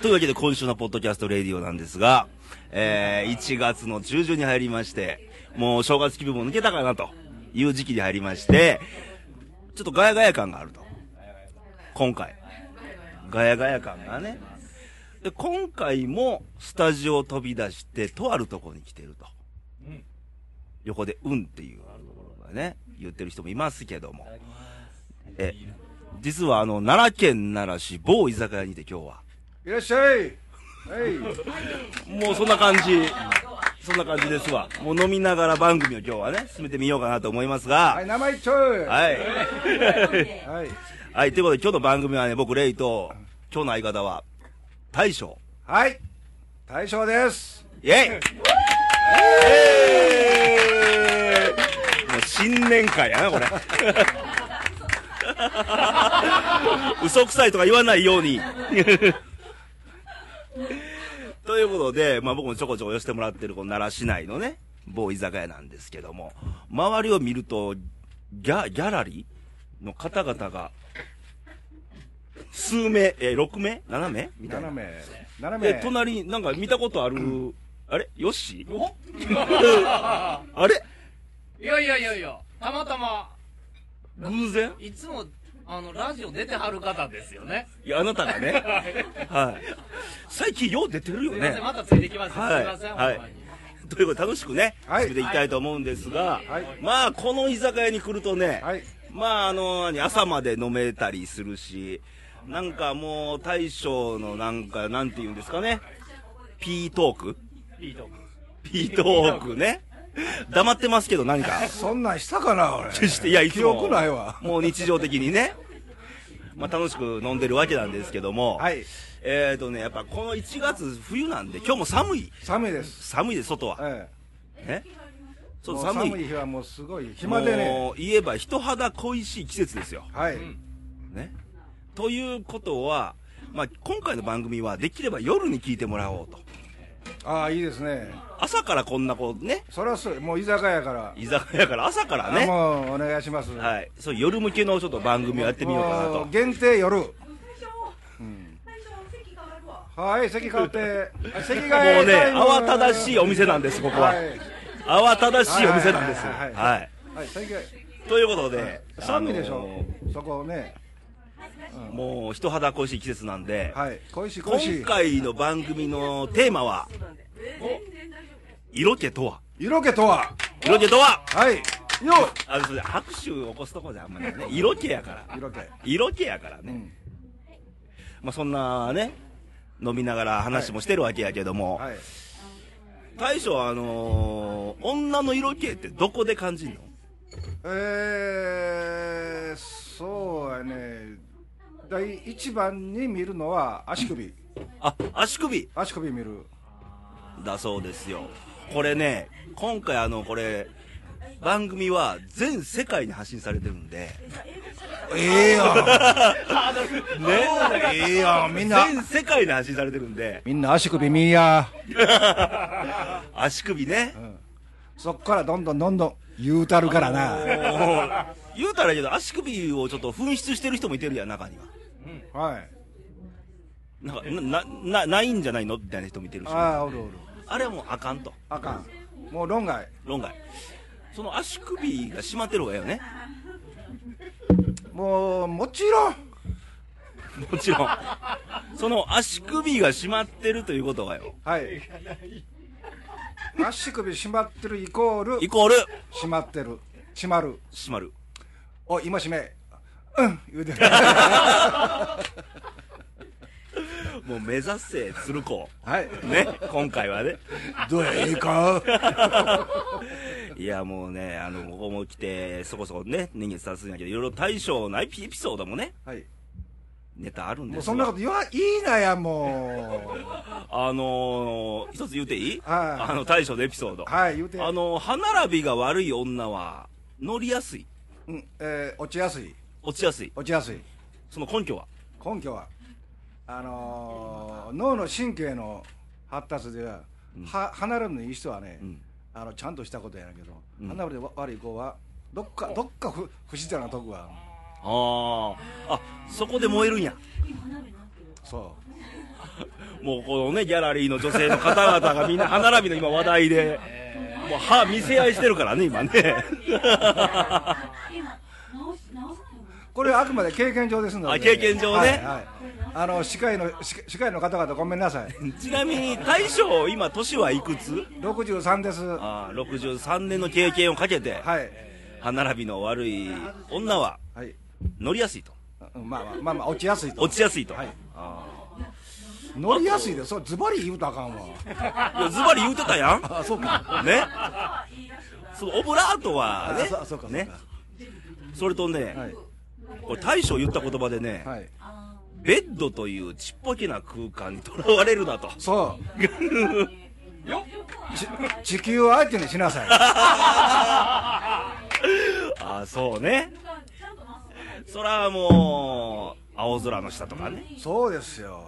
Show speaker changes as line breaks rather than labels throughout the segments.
というわけで今週のポッドキャストレディオなんですが、えー、1月の中旬に入りまして、もう正月気分も抜けたかなという時期に入りまして、ちょっとガヤガヤ感があると。今回。ガヤガヤ感がね。で、今回もスタジオを飛び出して、とあるとこに来てると。うん、横で、うんっていう、ね、言ってる人もいますけども。え、実はあの、奈良県奈良市某居酒屋にて今日は。
いらっしゃいはい。
もうそんな感じ。そんな感じですわ。もう飲みながら番組を今日はね、進めてみようかなと思いますが。
はい、名前ちょい。
はい。はい。はい、ということで今日の番組はね、僕、レイと、今日の相方は、大将。
はい。大将です。
イェイイェイもう新年会やな、これ。 嘘くさいとか言わないように。 ということで、まあ僕もちょこちょこ寄せてもらってる、この奈良市内のね、某居酒屋なんですけども、周りを見ると、ギャ、ギャラリーの方々が、数名、えー、6名 ?7 名みたいな。
7名。7名。
で、隣、なんか見たことある、うん、あれよし
あ
れ
いやいやいやいや、たまたま。
偶然
いつも、あの、ラジオ出てはる方ですよね。
いや、あなたがね。 はい。最近よう出てるよね。す
いません、またついてきます。、
はい
すいません、
はい。ということで楽しくね、進めていきたいと思うんですが、はい、まあ、この居酒屋に来るとね、はい、まあ、あの、朝まで飲めたりするし、なんかもう、大将のなんか、なんて言うんですかね、P トーク
?P トーク。
P トークね。黙ってますけど何か。
そんなんしたかな、俺。
して、いや、いつも。
記憶ないわ。
もう日常的にね。まあ楽しく飲んでるわけなんですけども。はい。えっ、ー、とね、やっぱこの1月冬なんで、今日も寒い。
寒いです。
寒いです、外は。ええ。え
そう寒い。寒い日はもうすごい。暇でね。も
う言えば人肌恋しい季節ですよ。
はい。
ね。ということは、まあ今回の番組はできれば夜に聞いてもらおうと。
ああいいですね
朝からこんなこうね
そりゃそうもう居酒屋から
居酒屋から朝からね
もうお願いします
はいそう夜向けのちょっと番組をやってみようかなと
限定夜、うん、はい席変わって 席替
えもうね慌ただしいお店なんですここは、はい、慌ただしいお店なんですはい、はいはい、ということで、
寒いでしょ、あのー、そこね
うん、もう人肌恋しい季節なんで、
はい、恋しい恋し
い今回の番組のテーマは、色気とは
色気とは
色気とは
はい。
よあの、それ拍手を起こすとこじゃあんまり ね。色気やから。
色気。
色気やからね。うん、まあそんなね、飲みながら話もしてるわけやけども、はいはい、大将、あのー、女の色気ってどこで感じるの
えー、そうやね第一番に見るのは足首
あ足首
足首見る
だそうですよこれね今回あのこれ番組は全世界に発信されてるんで
ええやん
ね
ええやんみんな
全世界に発信されてるんで
みんな足首見や
足首ね、うん、
そっからどんどんどんどん言うたるからな、
言うたらけど足首をちょっと紛失してる人もいてるやん中には、
うん、はい
なんかななないんじゃないのみたいな人もいてるし
ああおるおる
あれはもうあかんと
あかんもう論外
論外その足首が締まってる方がいいよね
もうもちろん
もち ろんその足首が締まってるということがよ
はい足首締まってるイコール
イコール
締まってる締まる
締まる
お今締めうん言うてる
もう目指せ鶴子
はい
ね今回はね
どうやええか
いやもうねあのここも来てそこそこね年月経つんやけどいろいろ大将のエピソードもね
はい
ネタあるんです
よそんなこと言わいいなやもう
あのー、一つ言うていい、
はい、
あの大将のエピソード
はい言うて
あの歯並びが悪い女は乗りやすい
うん、えー、落ちやすい
落ちやすい
落ちやすい
その根拠は
根拠はあのー、脳の神経の発達では、うん、は離れるのいい人はね、うん、あのちゃんとしたことやねんけど、うん、離れで悪い子はどっかどっか不不自然なとこは
ああそこで燃えるんや
そう
もうこのね、ギャラリーの女性の方々がみんな歯並びの今話題で、もう歯見せ合いしてるからね、今ね。
今直す直さないの
これはあくまで経験上ですので
あ経験上ね
はいはいあの歯科医の歯科歯科医の方々ごめんなさい
ちなみに大将、今年はいくつ
63ですは
ああ、63年の経験をかけて、
い
歯並びの悪い女は
はい
乗りやすいと。
うんまあまあまあまあ落ちやすいと
落ちやすいと。
はい
あ
乗りやすいでそうズバリ言うとあかんわ
あいやズバリ言うてたや ん。
あそうか
ね。そのオブラートはね
あ、そうそうかそうか
ね。それとね、
はい
これ大将言った言葉でね、
はい
ベッドというちっぽけな空間にとらわれるな と。
そうち地球を相手にしなさい
ああ、そうね。そらもう、青空の下とかね、
そうですよ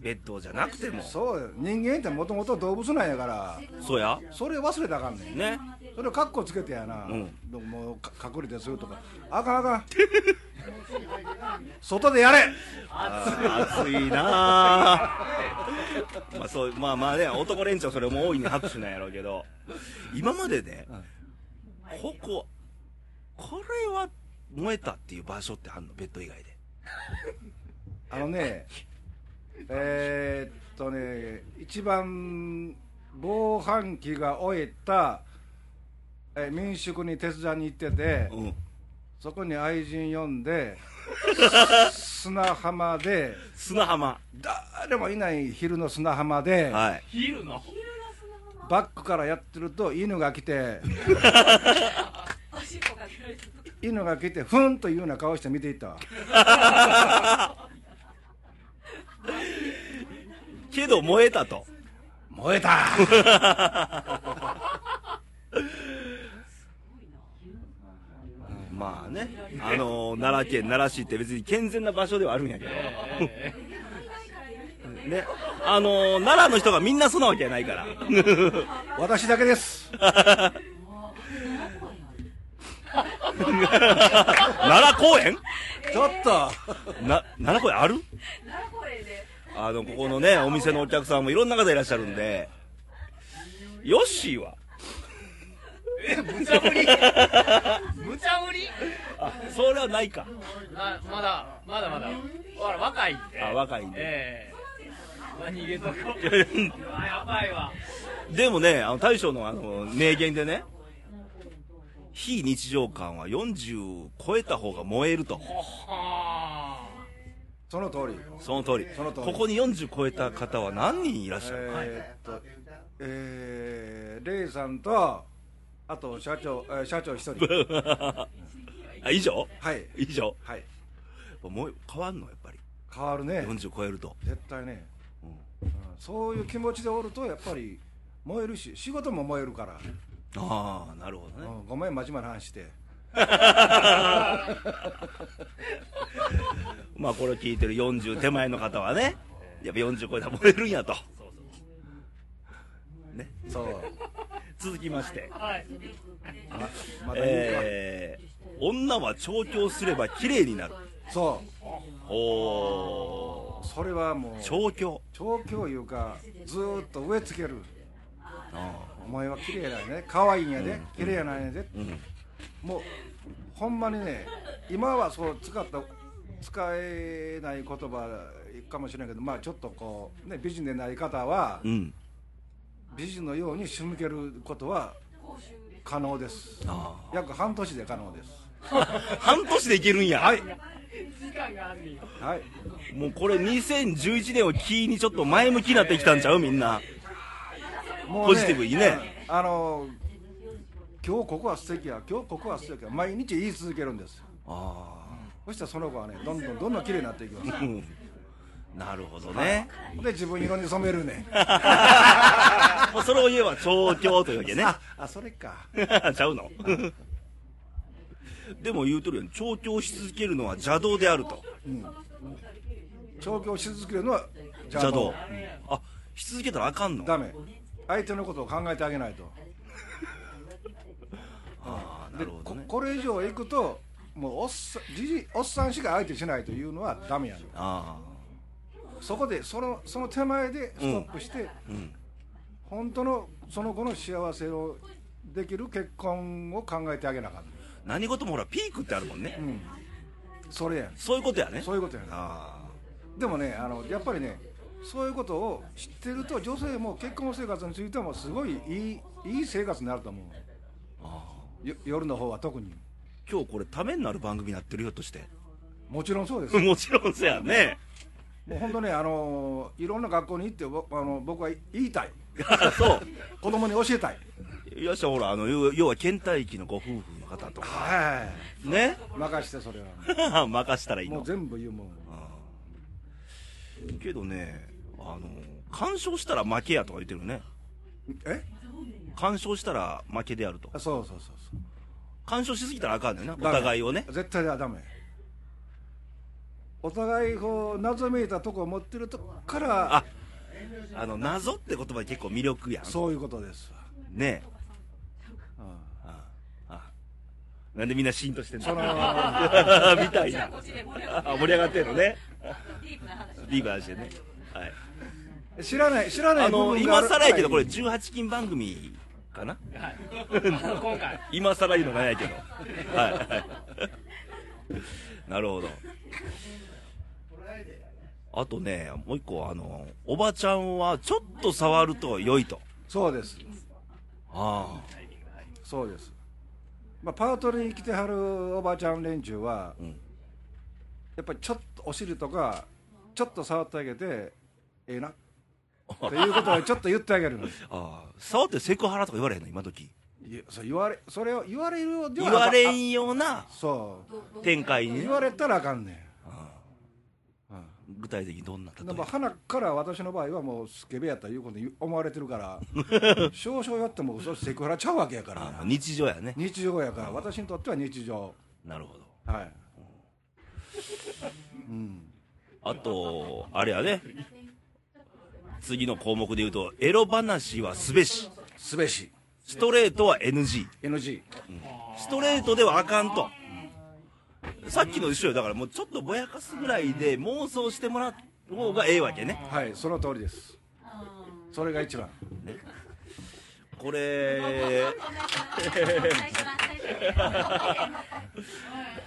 ベッドじゃなくても、
そうよ人間ってもともと動物なんやから
そうや、
それ忘れたらあかんねん
ね。
それをカッコつけてやな、
うん
どもうか隠れてするとかあかんあかん外でやれ
暑いなあ まあそう、まあまあね、男連中はそれも大いに拍手なんやろうけど、今までね、ここ、これは燃えたっていう場所ってあんの、ベッド以外で。
あのねえーっとね一番防犯期が終えたえ民宿に手伝いに行ってて、
うん。
そこに愛人呼んです砂浜で
砂浜。
誰もいない昼の砂浜で、
はい。
昼の
バックからやってると犬が来て
おしっこかけられてる
犬が来てふんというような顔して見ていったわ
けど燃えたと。
燃えた
まあね、あのー奈良県奈良市って別に健全な場所ではあるんやけど。ね、あのー奈良の人がみんなそんなわけやないから。
私だけです
奈良公園
ちょっと
な、奈良公園ある
奈良公園で
あの、ここのね、お店のお客さんもいろんな方いらっしゃるんで、ヨッシーは、
え 無茶ぶり無茶ぶり
あ、それはないか。
あまだまだまだほら若いんで
あ、若いんで。
ええ逃げとこううわやばいわ
でもね、あの、大将のあの、名言でね、非日常感は40超えた方が燃えると。
はあ
その通り
その通り。
その通り
ここに40超えた方は何人いらっしゃる、
えーっとえー、レイさんとあと社長、えー社長一 人
あ、以上
はい
以上。
はい
もう変わんのやっぱり。
変わるね
40超えると。
絶対ね、うんそういう気持ちでおるとやっぱり燃えるし仕事も燃えるから、
ああ、なるほど
う
ね。
んごめん真面目な話して
まあこれ聞いてる40手前の方はね、やっぱ40超えたら燃えるんやと。ね。
そう
続きまして。
はい
まだ言うか、
えー、女は調教すれば綺麗になる。
そう
おー。
それはもう
調教。
調教いうかずーっと植え付ける
あ
お前は綺麗だね可愛いんやで、綺麗やなんやで、
ーうん。
もうほんまにね今はそう使った使えない言葉かもしれないけどまあちょっとこう、ね、美人でない方は
うん。
美人のように仕向けることは可能です
あ
約半年で可能です
ー半年でいけるんや。はい。
時間があ るよ
はい
もうこれ2011年をキーにちょっと前向きになってきたんちゃうみんな。
も
ポジティブいいね
あの今日ここは素敵や今日ここは素敵や毎日言い続けるんです
あ
そしたらその子はねどんどんどんどん綺麗になっていきま
あ。うん。なるほどね。
すで自分色に染めるね
もうそれを言えば調教というわけね。
あそれか
ちゃうの でも言うとるやん調教し続けるのは邪道であると
調教し続けるのは
邪道、うんあし続けたらあかんの
ダメ相手のことを考えてあげないと
ああな
で
るほど
こ
ね
これ以上いくともうおっさんじじいおっさんしか相手しないというのはダメやね
ああ
そこでそのその手前でストップして、
ん
本当のその後の幸せをできる結婚を考えてあげなあかん
何事もほら、ピークってあるもんね。
うん、それやね
そういうことやね。
そういうことやね
あ
でもねあのやっぱりねそういうことを知ってると女性も結婚生活についてはもうすごいいいいい生活になると思
ーあ
うよ夜の方は特に
ー。今日これ、ためになる番組になってるよとして。
もちろんそうです
もちろんそやね。
もう本当ねあのいろんな学校に行ってぼあの僕は言いたい
あそ。
子供に教えたいう
よっしゃ、ほら、あの、要要は、倦怠期のご夫婦の方とか。
は
ね。
い任してそれは
任したらいい
も
の
う。全部言うもん
うんけどね、あの、干渉したら負けやとか言ってるね。
え
干渉したら負けであると
あ。そうそうそうそう
干渉しすぎたらあかんのよな、お
ダメ
互いをね。
絶対ダメお互いこう謎めいたとこを持ってるとこから
あ、あの、謎って言葉結構魅力やん。
そういうことですわ
ね
うん
え。ああなんで みんなシーンとしてんの
その
みたいな。
こっちで盛り上が
あ盛り上がってるのね。
ディープな話
リーバーしてね。はい。
知らない知らない
あ
部分が
の、
る
今更やけど、これ18金番組かな
はいあの今回
今更言うのがないけど。はいはい。なるほど。あとね、もう一個、あの、おばちゃんはちょっと触ると良いと。
そうです
あ
そうです、まあ、パートに来てはるおばちゃん連中は、
うん
やっぱりちょっとお尻とかちょっと触ってあげてええなっていうことをちょっと言ってあげ るの
あ。ああ。触ってセクハラとか言われへんの今時。
いやそう言われそれを言われるようでは
言われ
あ
んような
そう
展開に
言
ね。
われたらあかんねん
具体的にどんな例
で
え
も
ば。
花から私の場合はもうスケベやったいうことに思われてるから 少々やってもそれセクハラちゃうわけやか
あ
ら
あ日常やね。
日常やから私にとっては日常
なるほど。
はい、うん、
あと、あれやね。次の項目で言うと、エロ話はすべし。
すべし
ストレートは NG。
NG
ストレートではあかんと。さっきの一緒よ。だからもうちょっとぼやかすぐらいで妄想してもらう方がええわけね。
はいその通りですそれが一番
これ、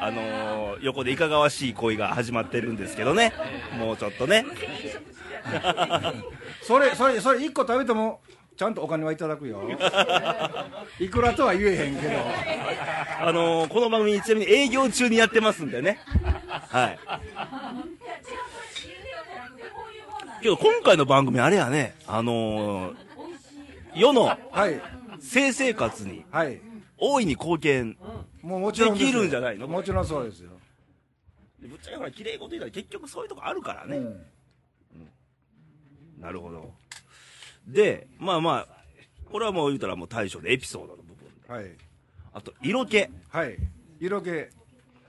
あのー横でいかがわしい恋が始まってるんですけどね。もうちょっとね。
それそれそれ1個食べてもちゃんとお金はいただくよいくらとは言えへんけど
あのーこの番組ちなみに営業中にやってますんでね。はい。けど今回の番組あれやね、あのー世の
はい
性生活に
はい
大いに貢献。
もうもちろんすよ
できるんじゃないの
もちろんそうですよ、
ぶっちゃけほら、綺麗事言ったら結局そういうとこあるから
う
ね。
ん、
なるほど。で、まあまあ、これはもう言うたらもう大将でエピソードの部分。
はい
あと、色気。
はい色気はい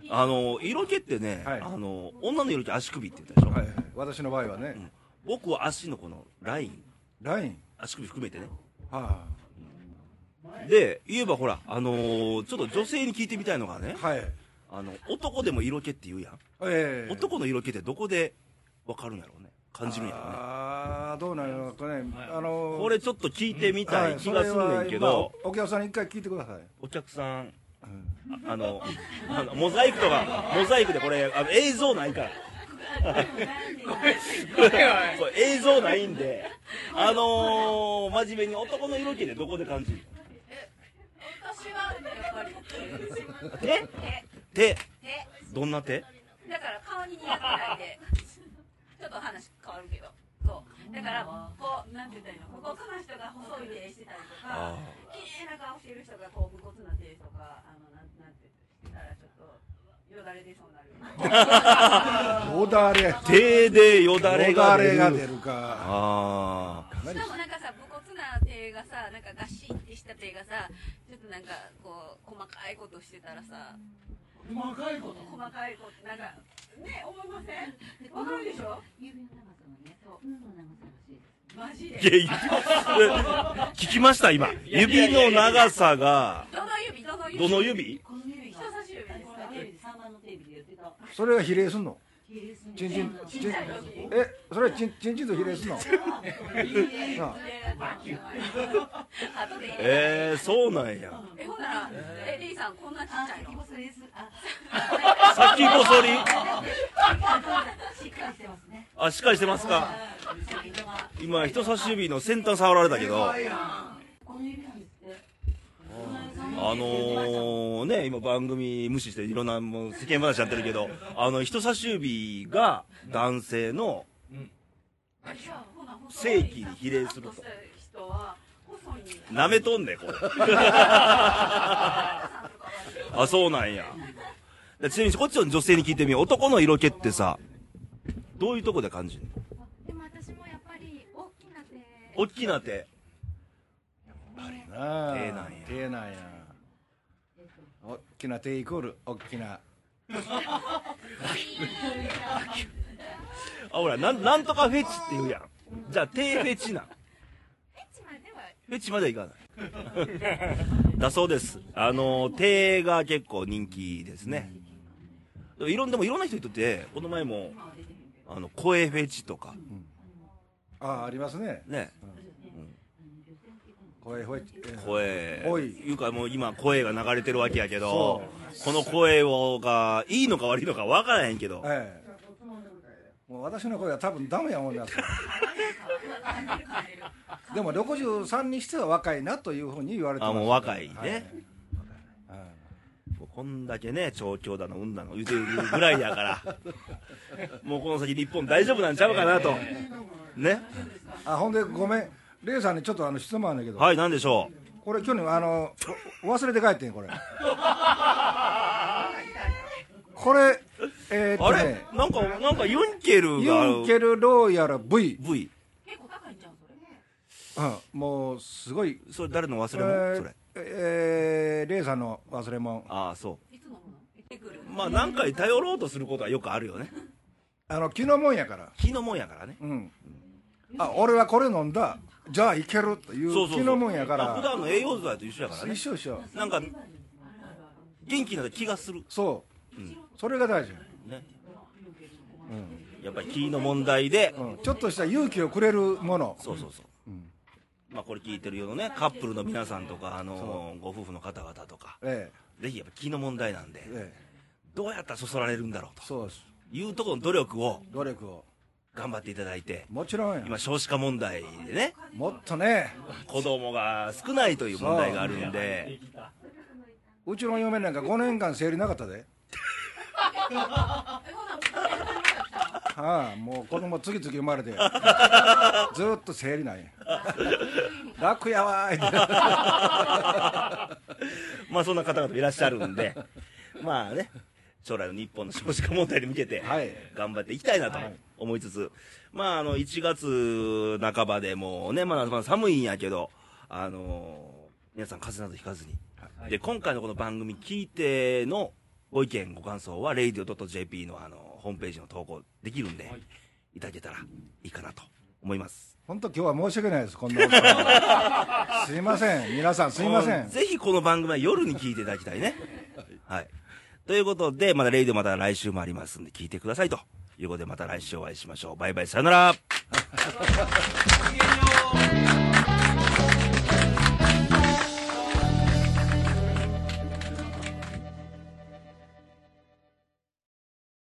あのー色気ってね、
はい
あのー女の色気足首って言ったでしょ。
はい私の場合はね、
僕は足のこのライン、
ライン
足首含めてね。
は
で、言えばほら、あのーちょっと女性に聞いてみたいのがね
い、はい
あの、男でも色気って言うやん。
ええ
男の色気ってどこで分かるんやろうね。感じるんやろうね。
ああどうなるのかねあの
これちょっと聞いてみたい気がするねんけど
は、いそれはまあおお客さんに一回聞いてください
お客さん、ああの、あのモザイクとか、モザイクでこれ、あの映像ないから。これ映像ないんで、あのー、真面目に男の色気でどこで感じる
私はやっぱり
手手どんな手
だから顔に似合ってないでちょっと話変わるけどそうだからこうなんて言ったらいいのここの人が細い手してたりと
あ
か綺麗な顔してる人がこう無骨な手とかあのなんなんてしてたらちょっとよだれ出そうになるような
おだれ
ー手でよだれ
お
が
だ
出
れ
る。
が出るか
あー。
しかもなんかさ武骨な手がさなんかガシってした手がさちょっとなんかこう細かいことしてたらさ
細かいこ
細かいことなんかね思いませんわかるでしょ
指の長さのね、そう、うんの長さらしいで
マ
す。
ジで
いやいや聞きました今。指の長さが、
どの指どの指
どの指
この指
人
が、
差し指です
あの
か
テレビで、3番のテレビで言ってた。
それが比例すんの
比
チンチン
ち
チ
っ
ン
ちゃい時
えそれチンチンチンと比例 するのなあ
後で
えー、そうなんや。
えほんならえリーさんこんなちっちゃいの
細いです。あ、
先細り
しっかりしてますね。
あ、しっかりしてますか今、人差し指の先端触られたけど、
この指なんですって。
あのー、ね、今番組無視していろんなもう世間話やってるけど、あの、人差し指が男性の、正規に比例すると
カットした人は細いんだ
舐めとんね、これ。 あ、そうなんや。でちなみに、こっちの女性に聞いてみよう。男の色気ってさ、どういうとこで感じるの
でも私もやっぱり大きな手
おっきな手。
なあ
手なんや
手なんやおっきな手イコールおっきな
あ、ほら、なん、なんとかフェチって言うやん。じゃあ、手フェチなん。
フェチまでは
フェチまではいかない。 だそうです。あの、手が結構人気ですね。いろん、でもいろんな人にとって、この前も、あの、声フェチとか、
ああありますね
ね、
声ほいえ
声、
ーおい
いうかもう今声が流れてるわけやけど
そ、
この声をが、いいのか悪いのかわからへんけど、
ええもう私の声は多分ダメやも んなでも63にしては若いなというふうに言われてます
あもう若いね
ははい
もうこんだけね、調教だの、うんだの、言うてるぐらいやから、 もうこの先日本大丈夫なんちゃうかなと。ね。
あほんでごめんレイさんにちょっとあの質問あるんだけど、
はい、なんでしょう。
これ去年あのお忘れて帰ってんこれこれえーっ
あ
と
れ
ね
なんか、なんかユンケルが、
ユンケルロイヤル V、
V。
結構高いんじゃんそれ
うん、もうすごい
それ誰の忘れ
え
物
ー
それ。
えーレイさんの忘れ物
ああ、そ
いつのもの行ってくる
う。まあ、何回頼ろうとすることはよくあるよね。
あの昨日もんやから
気のもんやからね。
うんあ俺はこれ飲んだじゃあいけるという
そうそうそう。
気のもんやか
あ普
ら
段の栄養剤と一緒やからね
一。緒一緒
なんか、元気になった気がする。
そう、
うん
それが大事、
ね。
うん
やっぱり気の問題で、
うんちょっとした勇気をくれるもの
そうそうそう。
うん
まあ、これ聞いてるようなね、カップルの皆さんとか、あのーご夫婦の方々とか、
え
ぜひやっぱ気の問題なんで
え、え
どうやったらそそられるんだろう
えそうです
というところの努力を
努力を
頑張っていただいて、
もちろんや
今少子化問題でね、
もっとね
子供が少ないという問題があるんで、
うちの嫁なんか5年間生理なかったでああもう子供次々生まれてずーっと生理なんや楽やわーいって
まあそんな方々いらっしゃるんで、まあね、将来の日本の少子化問題に向けて
はい、
頑張っていきたいなと思いつつ、まああの、1月半ばでもうね、まだまだ寒いんやけど、あのー皆さん風邪などひかずに。で、今回のこの番組聞いてのご意見、ご感想は、radio.jp のあの、ホームページの投稿できるんで、いただけたらいいかなと思います。
本当今日は申し訳ないですこんな遅いのすいません皆さんすいませ
うん
ん
ぜひこの番組は夜に聞いていただきたいね。はい。ということで、まだレイディオまた来週もありますんで、聞いてくださいと。いうことで、また来週お会いしましょう。バイバイ、さよなら。
ごきげんよう